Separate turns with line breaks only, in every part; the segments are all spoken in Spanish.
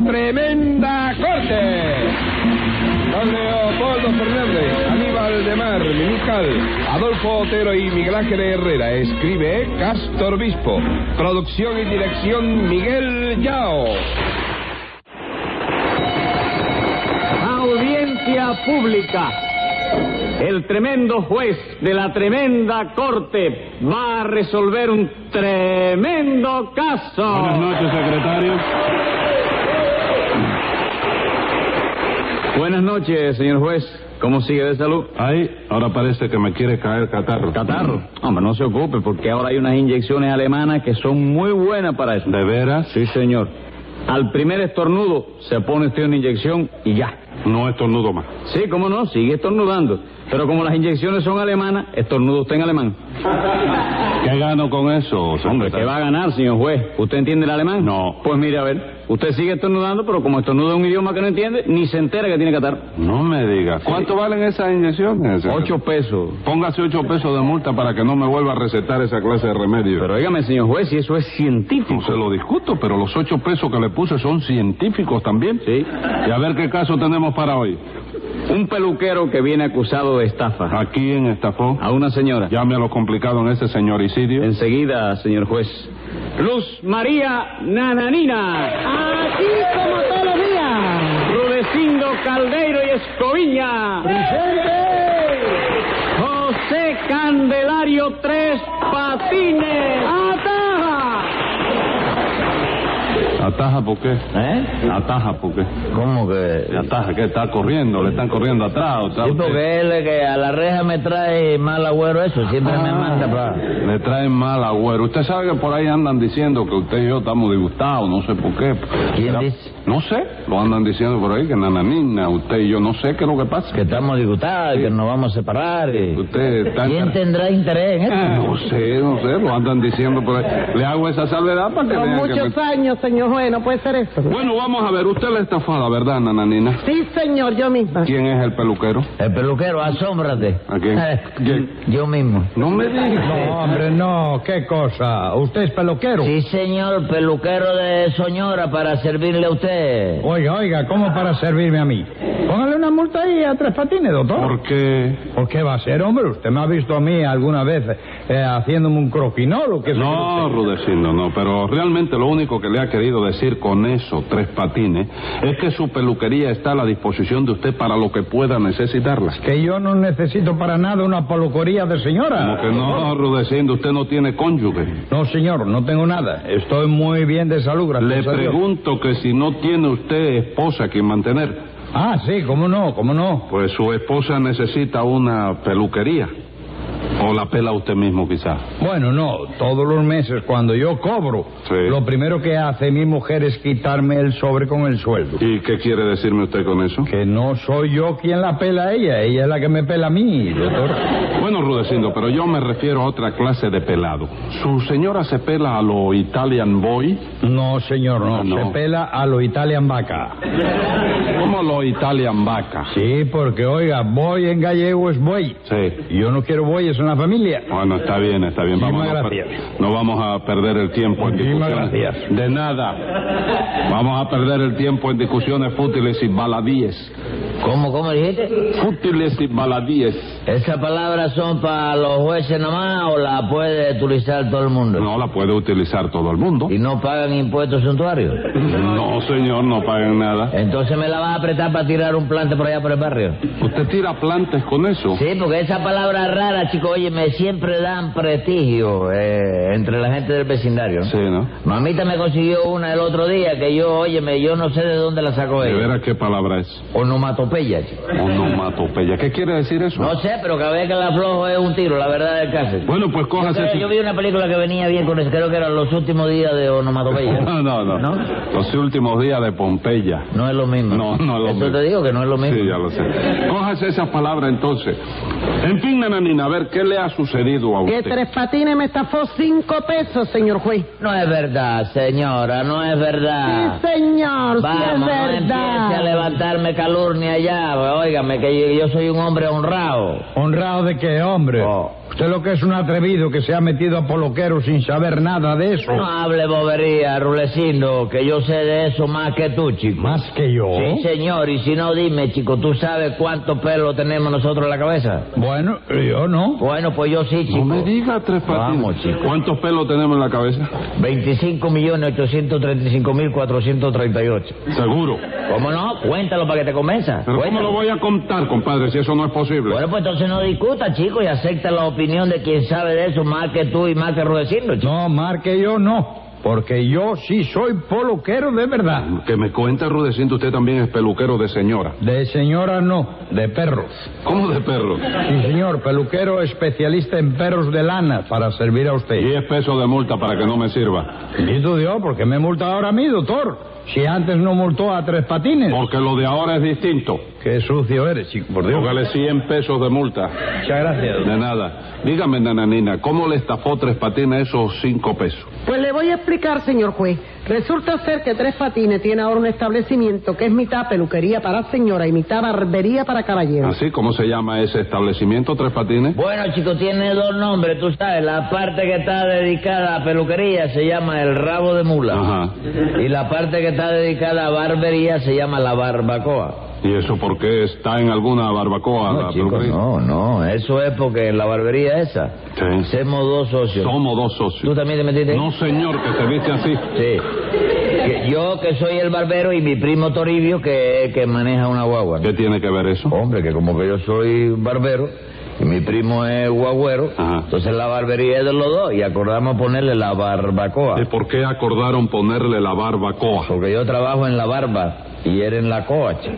Tremenda Corte. Don Leopoldo Fernández, Aníbal de Mar, Minical, Adolfo Otero y Miguel Ángel Herrera. Escribe Castor Bispo. Producción y dirección Miguel Yao.
Audiencia pública. El tremendo juez de la tremenda corte va a resolver un tremendo caso.
Buenas noches, secretario.
Buenas noches, señor juez. ¿Cómo sigue de salud?
Ay, ahora parece que me quiere caer catarro.
¿Catarro? Hombre, no se ocupe, porque ahora hay unas inyecciones alemanas que son muy buenas para eso.
¿De veras?
Sí, señor. Al primer estornudo se pone usted una inyección y ya.
No estornudo más.
Sí, cómo no, sigue estornudando. Pero como las inyecciones son alemanas, estornudo usted en alemán.
¿Qué gano con eso,
Hombre, ¿qué
secretario?
va a ganar, señor juez? ¿Usted entiende el alemán?
No.
Pues mire, a ver, usted sigue estornudando, pero como estornuda un idioma que no entiende, ni se entera que tiene catarro.
No me diga. ¿Cuánto valen esas inyecciones? secretario?
Ocho pesos.
Póngase ocho pesos de multa para que no me vuelva a recetar esa clase de remedio.
Pero óigame, señor juez, si eso es científico.
No se lo discuto, pero los ocho pesos que le puse son científicos también.
Sí.
Y a ver qué caso tenemos para hoy.
Un peluquero que viene acusado de estafa
¿A quién estafó?
a una señora.
Llame a lo complicado en ese señoricidio.
Enseguida, señor juez. Luz María Nananina.
Así como todos los días.
Rudecindo Caldeiro y Escoviña. José Candelario Tres Patines. ¡Ataja!
¿Ataja por qué?
¿Eh?
¿Ataja por qué?
¿Cómo que...?
¿Ataja qué? ¿Está corriendo? ¿Le están corriendo atrás? ¿O está
Sí,
usted-
porque él es que a la reja me trae mal agüero eso, siempre me
Ah,
manda para...
Le traen mal agüero. Usted sabe que por ahí andan diciendo que usted y yo estamos disgustados, no sé por qué.
¿Quién
Ya-
dice?
No sé, lo andan diciendo por ahí que nananina, usted y yo, no sé qué es lo que pasa.
Que estamos disgustados, que nos vamos a separar. que-
Usted está...
¿Quién tendrá interés en
Ah,
esto?
No sé, no sé, lo andan diciendo por ahí. Le hago esa salvedad para que
Con
vean que
muchos
me-
años, señor juez, no puede ser eso.
Bueno, vamos a ver, usted la estafada, ¿verdad, nananina?
Sí, señor, yo misma.
¿Quién es el peluquero?
El peluquero, asómbrate.
Ah. ¿A quién?
Eh,
¿Quién?
Yo mismo.
No me diga.
No, hombre, no, qué cosa. ¿Usted es peluquero?
Sí, señor, peluquero de señora para servirle a usted.
Oiga, oiga, ¿cómo para servirme a mí? Póngale una multa ahí a tres patines, doctor.
Porque...
¿Por qué va a ser, hombre? Usted me ha visto a mí alguna vez eh, haciéndome un croquinolo. Que
No, Rudecindo, no, pero realmente lo único que le ha querido decir con eso, tres patines, es que su peluquería está a la disposición de usted para lo que pueda necesitarla.
Que yo no necesito para nada una peluquería de
Como
señora.
que no, Rudecindo, usted no tiene cónyuge.
Ah. No, señor, no tengo nada. Estoy muy bien de salud, gracias
Le
a Dios.
pregunto que si no tiene usted esposa que mantener,
Ah, sí, cómo no, cómo no.
pues su esposa necesita una peluquería. O la pela usted mismo, quizás.
Bueno, no, todos los meses cuando yo cobro,
Sí.
lo primero que hace mi mujer es quitarme el sobre con el sueldo.
¿Y qué quiere decirme usted con eso?
Que no soy yo quien la pela a ella, ella es la que me pela a mí, doctor.
Bueno, Rudecindo, pero yo me refiero a otra clase de pelado. ¿Su señora se pela a lo Italian Boy?
No, señor, no.
Ah, no.
Se pela a lo Italian Vaca.
¿Cómo lo Italian Vaca?
Sí, porque, oiga, voy en gallego es buey.
Sí.
Yo no quiero bueyes en la familia.
Bueno, está bien, está bien.
Muchísimas
Vamos a per-
gracias.
No vamos a perder el tiempo en
Muchísimas
discusiones.
gracias.
De nada. Vamos a perder el tiempo en discusiones fútiles y baladíes.
¿Cómo, cómo dijiste?
Fútiles y baladíes.
¿Esas palabras son para los jueces nomás o la puede utilizar todo el mundo?
No la puede utilizar todo el mundo.
¿Y no pagan impuestos suntuarios?
No, señor, no pagan nada.
Entonces me la vas a apretar para tirar un plante por allá por el barrio.
¿Usted tira plantas con eso?
Sí, porque esa palabra rara, chico, oye, me siempre dan prestigio eh, entre la gente del vecindario.
Sí, ¿no?
Mamita me consiguió una el otro día que yo, óyeme, yo no sé de dónde la sacó
¿De
ella.
veras qué palabra es?
Onomatopeya, chico.
Onomatopeya. ¿Qué quiere decir eso?
No sé, pero cada vez que la aflojo es un tiro, la verdad del caso.
Bueno, pues
Yo,
cójase
creo-
su-
yo vi una película que venía bien con eso, creo que eran los últimos días de onomatopeya.
No, no, no, Los últimos días de Pompeya.
No es lo mismo.
No, no es lo
Eso
mismo.
te digo que no es lo mismo.
Sí, ya lo sé. Cójase esa palabra entonces. En fin, nananina, a ver, ¿qué le ha sucedido a
Que
usted?
Tres Patines me estafó cinco pesos, señor juez.
No es verdad, señora, no es
Ah.
verdad.
Sí, señor, sí es
Vamos, no empiece a
verdad.
levantarme calurnia ya. Óigame, que yo, yo soy un hombre honrado.
Honrado de qué, hombre.
Oh,
Usted lo que es un atrevido que se ha metido a poloquero sin saber nada de eso.
No hable bobería, Rulecindo, que yo sé de eso más que tú, chico.
Más que yo.
Sí, señor, y si no, dime, chico, ¿tú sabes cuánto pelo tenemos nosotros en la cabeza?
Bueno, yo no.
Bueno, pues yo sí,
No
chico.
me diga tres patines.
Vamos, chico.
¿Cuántos pelos tenemos en la cabeza?
25.835.438.
Seguro.
¿Cómo no? Cuéntalo para que te convenza.
Pero ¿cómo
Cuéntalo.
lo voy a contar, compadre, si eso no es posible?
Bueno, pues entonces no discuta, chico, y acepta la opinión de quien sabe de eso más que tú y más que Rudecindo, chico.
No, más que yo no. Porque yo sí soy poloquero de verdad.
Que me cuenta, Rudecindo, usted también es peluquero de señora.
De señora no, de perros.
¿Cómo de perro?
Sí, señor, peluquero especialista en perros de lana para servir a usted.
10 pesos de multa para que no me sirva.
Bendito Dios, ¿por qué me multa ahora a mí, doctor? Si antes no multó a tres patines.
Porque lo de ahora es distinto.
Qué sucio eres, chico, por Dios.
Póngale 100 pesos de multa.
Muchas gracias.
De nada. Dígame, nananina, ¿cómo le estafó Tres Patines esos cinco pesos?
Pues le voy a explicar, señor juez. Resulta ser que Tres Patines tiene ahora un establecimiento que es mitad peluquería para señora y mitad barbería para caballero.
¿Así? ¿Cómo se llama ese establecimiento, Tres Patines?
Bueno, chico, tiene dos nombres, tú sabes. La parte que está dedicada a peluquería se llama el rabo de mula.
Ajá.
Y la parte que está dedicada a barbería se llama la barbacoa.
¿Y eso por qué está en alguna barbacoa? Ah, la peluquería?
no, no. Eso es porque en la barbería esa
Sí.
somos dos socios.
Somos dos
¿Tú
socios.
también te metiste? ahí?
No, señor, que se viste así.
Sí. Que- Yo que soy el barbero y mi primo Toribio que, que maneja una guagua.
¿Qué tiene que ver eso?
Hombre, que como que yo soy barbero y mi primo es guagüero,
Ajá.
entonces la barbería es de los dos y acordamos ponerle la barbacoa.
¿Y por qué acordaron ponerle la barbacoa?
Porque yo trabajo en la barba y él en la coa. chico.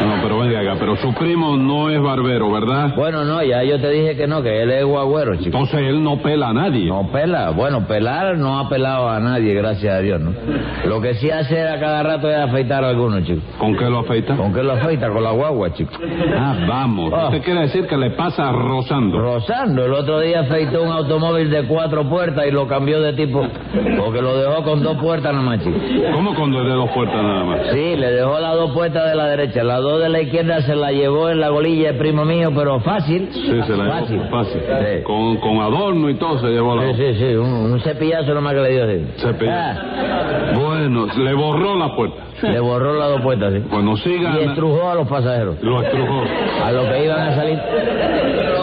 No, pero venga acá, pero su primo no es barbero, ¿verdad?
Bueno, no, ya yo te dije que no, que él es guagüero, chico.
Entonces él no pela a nadie.
No pela, bueno, pelar no ha pelado a nadie, gracias a Dios, ¿no? Lo que sí hace a cada rato es afeitar a alguno, chico.
¿Con qué lo afeita?
¿Con qué lo afeita? Con la guagua, chico.
Ah, vamos.
Ah.
Usted quiere decir que le pasa rozando.
Rosando, el otro día afeitó un automóvil de cuatro puertas y lo cambió de tipo, porque lo dejó con dos puertas nada más, chico.
¿Cómo con dos dedos puertas nada más?
Sí, le dejó las dos puertas de la derecha, las dos de la izquierda se la llevó en la golilla el primo mío, pero fácil.
Sí, se la
fácil.
llevó fácil.
Sí.
Con, con adorno y todo se llevó la
Sí, sí, sí, un, un cepillazo nomás que le dio así.
Cepillo.
Ah,
Bueno, le borró la puerta.
le borró las dos puertas, sí.
Bueno, siga.
Y
Ana-
estrujó a los pasajeros,
Lo estrujó.
a los que iban a salir.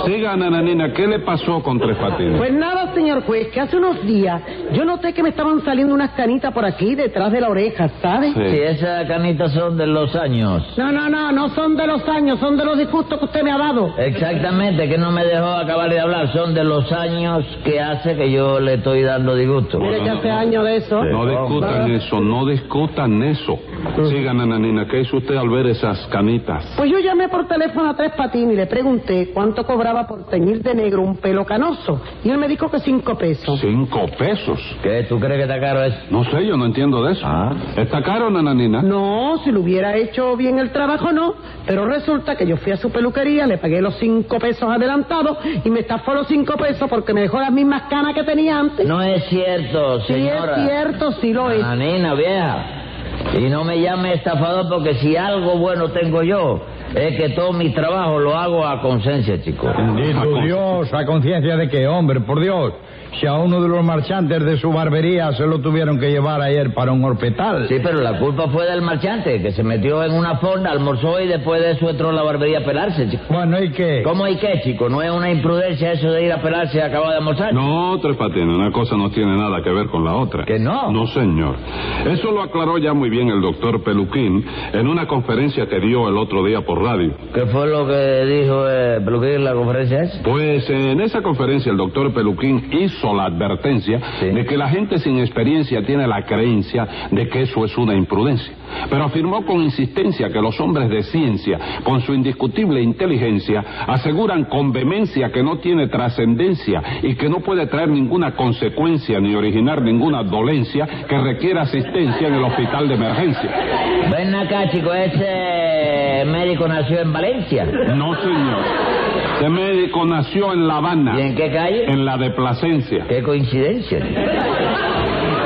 Siga, Nananina, ¿qué le pasó con Tres Patines?
Pues nada, señor juez, que hace unos días yo noté que me estaban saliendo unas canitas por aquí, detrás de la oreja, ¿sabe?
Sí.
Si esas canitas son de los años.
No, no, no, no son de los años, son de los disgustos que usted me ha dado.
Exactamente, que no me dejó acabar de hablar, son de los años que hace que yo le estoy dando disgusto.
Mire que
no,
hace
no.
años de eso.
No discutan
Ah.
eso, no discutan eso. Siga, Nananina, ¿qué hizo usted al ver esas canitas?
Pues yo llamé por teléfono a Tres Patines y le pregunté cuánto cobraba por teñir de negro un pelo canoso. Y él me dijo que cinco pesos.
Cinco pesos.
¿Qué? ¿Tú crees que está caro eso?
No sé, yo no entiendo de eso.
Ah.
¿Está caro, Nananina?
No, si lo hubiera hecho bien el trabajo, no. Pero resulta que yo fui a su peluquería, le pagué los cinco pesos adelantados y me estafó los cinco pesos porque me dejó las mismas canas que tenía antes.
No es cierto,
sí,
señora. Ah.
es cierto, sí lo es.
Anina, vieja. Y no me llame estafador porque si algo bueno tengo yo, es que todo mi trabajo lo hago a conciencia, chico.
Bendito Dios, a conciencia de que, hombre, por Dios, si a uno de los marchantes de su barbería se lo tuvieron que llevar ayer para un horpetal.
Sí, pero la culpa fue del marchante, que se metió en una fonda, almorzó y después de eso entró a la barbería a pelarse, chico.
Bueno, ¿y qué?
¿Cómo y qué, chico? ¿No es una imprudencia eso de ir a pelarse y acabar de almorzar?
No, Tres Patines, una cosa no tiene nada que ver con la otra.
¿Que no?
No, señor. Eso lo aclaró ya muy bien el doctor Peluquín en una conferencia que dio el otro día por radio.
¿Qué fue lo que dijo eh, Peluquín en la conferencia esa?
Pues en esa conferencia el doctor Peluquín hizo la advertencia
Sí.
de que la gente sin experiencia tiene la creencia de que eso es una imprudencia. Pero afirmó con insistencia que los hombres de ciencia, con su indiscutible inteligencia, aseguran con vehemencia que no tiene trascendencia y que no puede traer ninguna consecuencia ni originar ninguna dolencia que requiera asistencia en el hospital de emergencia.
Ven acá, chico, ese médico nació en Valencia.
No, señor. Este médico nació en La Habana,
¿Y en qué calle?
en la de Plasencia.
Qué coincidencia.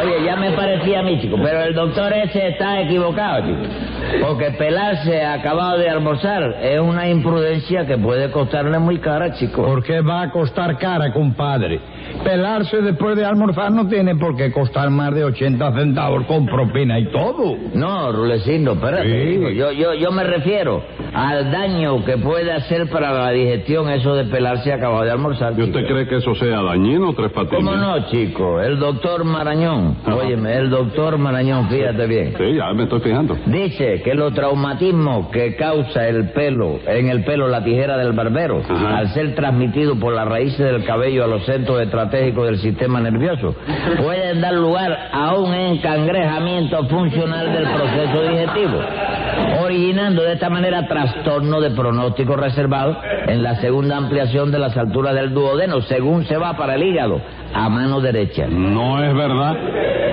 Oye, ya me parece aquí a mí, chico. Pero el doctor ese está equivocado, chico. Porque pelarse acabado de almorzar es una imprudencia que puede costarle muy cara, chico.
¿Por qué va a costar cara, compadre? Pelarse después de almorzar no tiene por qué costar más de 80 centavos con propina y todo.
No, Rulecindo, espérate.
Sí.
hijo. Yo, yo, yo me refiero al daño que puede hacer para la digestión eso de pelarse acabado de almorzar.
¿Y usted
chico.
cree que eso sea dañino, Tres Patines?
¿Cómo no, chico? El doctor Marañón.
Ajá.
Óyeme, el doctor Marañón, fíjate bien.
Sí, ya me estoy fijando.
Dice que los traumatismos que causa el pelo, en el pelo la tijera del barbero,
Ajá.
al ser transmitido por las raíces del cabello a los centros estratégicos del sistema nervioso, pueden dar lugar a un encangrejamiento funcional del proceso digestivo, originando de esta manera trastorno de pronóstico reservado en la segunda ampliación de las alturas del duodeno, según se va para el hígado, a mano derecha.
No es verdad.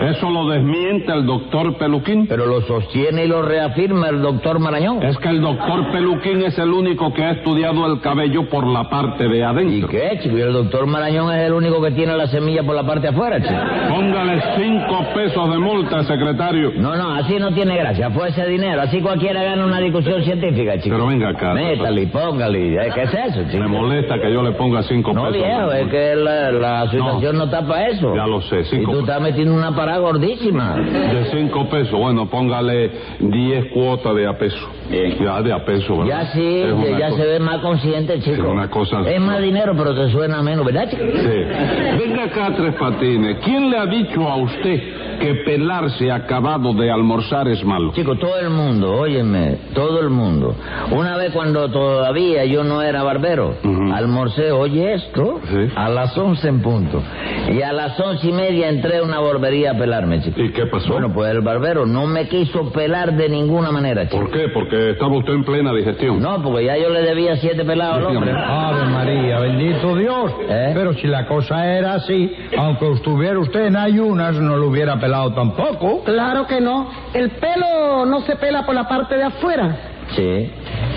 Eso lo desmiente el doctor Peluquín.
Pero lo sostiene y lo reafirma el doctor Marañón.
Es que el doctor Peluquín es el único que ha estudiado el cabello por la parte de
¿Y
adentro.
qué, chico? Y el doctor Marañón es el único que tiene la semilla por la parte de afuera, chico.
Póngale cinco pesos de multa, secretario.
No, no, así no tiene gracia. Fue ese dinero. Así cualquiera gana una discusión científica, chico.
Pero venga pues. acá.
Métale, y póngale. ¿Eh? ¿Qué es eso, chico?
Me molesta que yo le ponga cinco
No,
pesos. de
viejo,
multa.
es que la, la asociación no, está para eso.
Ya lo sé,
Y
cinco
tú
pesos.
estás metiendo una parada gordísima.
De cinco pesos, bueno, póngale diez cuotas de a peso. Ya de a peso, ¿verdad?
Ya sí,
Es
ya
una
ya
cosa-
se ve más consciente, chico.
Es una cosa-
Es más dinero, pero te suena menos, ¿verdad, chico?
Sí. Venga acá, Tres Patines. ¿Quién le ha dicho a usted que pelarse acabado de almorzar es malo?
Chico, todo el mundo, óyeme, todo el mundo. Una vez cuando todavía yo no era barbero,
Ujú.
almorcé, oye esto,
Sí.
a las once en punto. Y a las once y media entré a una barbería a pelarme, chico.
¿Y qué pasó?
Bueno, pues el barbero no me quiso pelar de ninguna manera, chico.
¿Por qué? Porque estaba usted en plena digestión.
No, porque ya yo le debía siete pelados al hombre.
Ave María, bendito Dios.
¿Eh?
Pero si la cosa era así, aunque estuviera usted en ayunas, no lo hubiera pelado tampoco.
Claro que no. El pelo no se pela por la parte de afuera
Sí,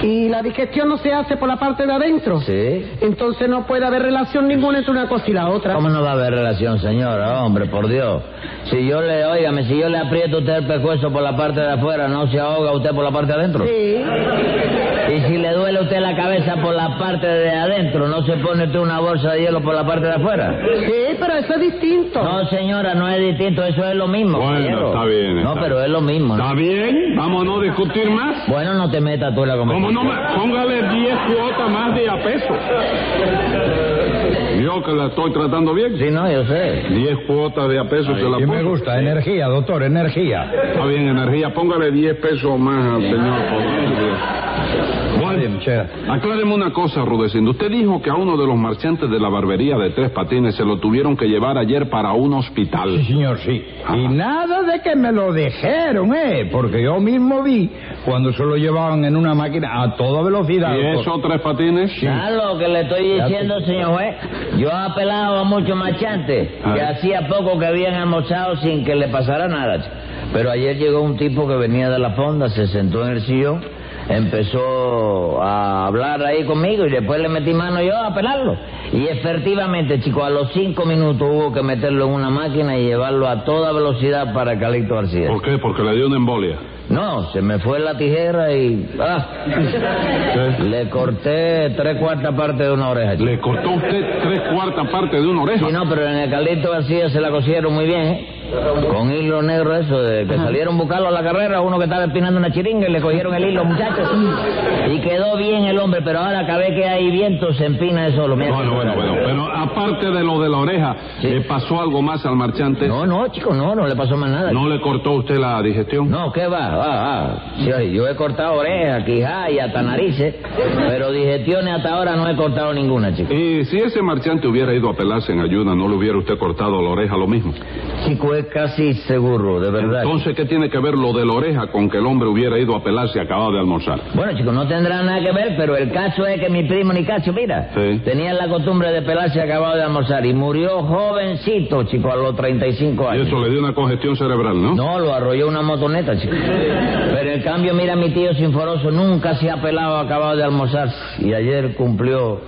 y la digestión no se hace por la parte de adentro.
sí.
Entonces no puede haber relación ninguna entre una cosa y la otra.
¿Cómo no va a haber relación, señora? Hombre, por Dios. Si yo le, óigame, si yo le aprieto a usted el pescuezo por la parte de afuera, ¿no se ahoga usted por la parte de adentro?
Sí.
Y si le duele a usted la cabeza por la parte de adentro, ¿no se pone usted una bolsa de hielo por la parte de afuera?
Sí, pero eso es distinto.
No, señora, no es distinto, eso es lo mismo.
Bueno,
caballero.
está bien, está
no, pero es lo mismo. ¿no?
¿Está bien? Vamos a no discutir más.
Bueno, no te metas tú en la
¿Cómo
conversación.
no? me- Póngale 10 cuotas más de a peso. Yo que la estoy tratando bien.
Sí, no, yo sé.
10 cuotas de a peso se la
Y me
pongo.
gusta, energía, doctor, energía.
Está bien, energía. Póngale 10 pesos más al señor. por favor.
Bien,
Bueno,
che.
acláreme una cosa, Rudecindo. Usted dijo que a uno de los marchantes de la barbería de Tres Patines se lo tuvieron que llevar ayer para un
Sí,
hospital.
señor, sí. Y nada de que me lo dijeron, ¿eh? Porque yo mismo vi cuando se lo llevaban en una máquina a toda velocidad.
¿Y
doctor.
eso, Tres Patines?
Ya lo que le estoy diciendo, señor juez, yo he apelado a muchos marchantes
Ah.
que hacía poco que habían almorzado sin que le pasara nada. chico. Pero ayer llegó un tipo que venía de la fonda, se sentó en el sillón, empezó a hablar ahí conmigo y después le metí mano yo a pelarlo. Y efectivamente, chico, a los cinco minutos hubo que meterlo en una máquina y llevarlo a toda velocidad para Calixto García.
¿Por qué? Porque le dio una embolia.
No, se me fue la tijera y... ah,
¿Qué?
le corté tres cuartas partes de una oreja. chico.
Le cortó usted tres cuartas partes de una oreja.
Sí, no, pero en el Carlito García se la cosieron muy bien, ¿eh? Con hilo negro eso, de que salieron buscarlo a la carrera, uno que estaba espinando una chiringa y le cogieron el hilo, muchachos. Y quedó bien el hombre, pero ahora cada vez que hay viento se empina eso. Lo mira.
Bueno, bueno, bueno. Pero aparte de lo de la oreja,
Sí.
¿le pasó algo más al marchante?
No, no, chico, no, no le pasó más nada.
¿No le cortó usted la digestión?
No, ¿qué va? va, va. Sí, oye, yo he cortado orejas, quijás y hasta narices, pero digestiones hasta ahora no he cortado ninguna, chico.
Y si ese marchante hubiera ido a pelarse en ayuda, ¿no le hubiera usted cortado la oreja lo mismo?
Chico, es casi seguro, de verdad.
Entonces, ¿qué tiene que ver lo de la oreja con que el hombre hubiera ido a pelarse acabado de almorzar?
Bueno, chicos, no tendrá nada que ver, pero el caso es que mi primo Nicasio, mira,
Sí.
tenía la costumbre de pelarse acabado de almorzar y murió jovencito, chico, a los 35
Y
años.
eso le dio una congestión cerebral, ¿no?
No, lo arrolló una motoneta, chico. Pero en cambio, mira, mi tío Sinforoso nunca se ha pelado acabado de almorzar y ayer cumplió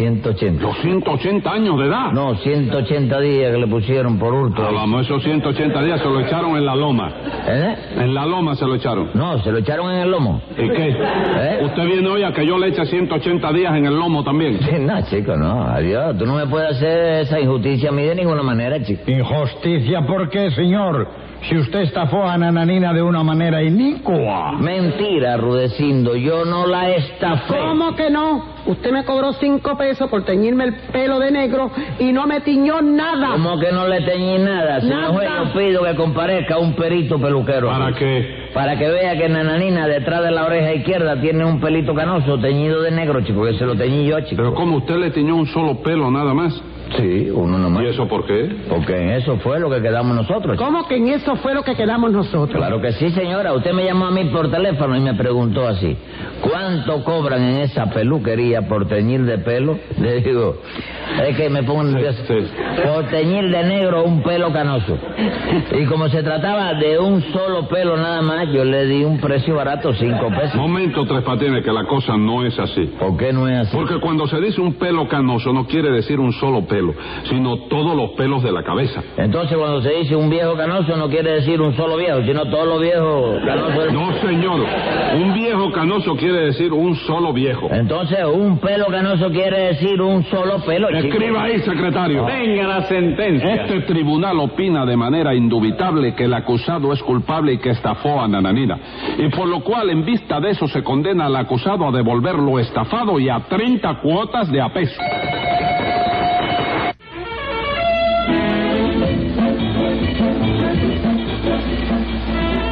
180.
Los 180 años de edad.
No, 180 días que le pusieron por hurto.
Ah, vamos, esos 180 días se lo echaron en la loma.
¿Eh?
En la loma se lo echaron.
No, se lo echaron en el lomo.
¿Y qué?
¿Eh?
Usted viene hoy a que yo le eche 180 días en el lomo también.
Sí, No, chico, no, adiós. Tú no me puedes hacer esa injusticia a mí de ninguna manera, chico.
Injusticia, ¿por qué, señor? Si usted estafó a Nananina de una manera inicua.
Mentira, Rudecindo, yo no la estafé.
¿Cómo que no? Usted me cobró cinco pesos por teñirme el pelo de negro y no me tiñó nada.
¿Cómo que no le teñí nada?
Nada.
Señor juez, yo pido que comparezca un perito peluquero.
¿Para qué?
Para que vea que Nananina detrás de la oreja izquierda tiene un pelito canoso teñido de negro, chico, que se lo teñí yo, chico.
Pero como usted le tiñó un solo pelo nada más.
Sí, uno nomás.
¿Y eso por qué?
Porque en eso fue lo que quedamos nosotros. chico.
¿Cómo que en eso fue lo que quedamos nosotros?
Claro que sí, señora. Usted me llamó a mí por teléfono y me preguntó así, ¿cuánto cobran en esa peluquería por teñir de pelo? Le digo, es que me pongo nervioso.
sí.
Por teñir de negro un pelo canoso. Y como se trataba de un solo pelo nada más, yo le di un precio barato, cinco pesos.
Momento, Tres Patines, que la cosa no es así.
¿Por qué no es así?
Porque cuando se dice un pelo canoso no quiere decir un solo pelo, sino todos los pelos de la cabeza.
Entonces cuando se dice un viejo canoso no quiere decir un solo viejo, sino todos los viejos canosos.
No, señor. Un viejo canoso quiere decir un solo viejo.
Entonces un pelo canoso quiere decir un solo pelo, chico.
Escriba ahí, secretario.
Venga la sentencia.
Este tribunal opina de manera indubitable que el acusado es culpable y que estafó a Nananina. Y por lo cual, en vista de eso, se condena al acusado a devolver lo estafado y a 30 cuotas de apeso.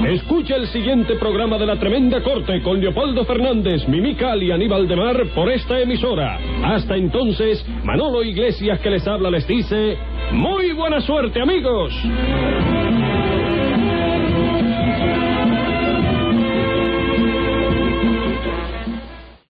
Escucha el siguiente programa de La Tremenda Corte con Leopoldo Fernández, Mimical y Aníbal de Mar por esta emisora. Hasta entonces, Manolo Iglesias que les habla les dice, ¡Muy buena suerte amigos!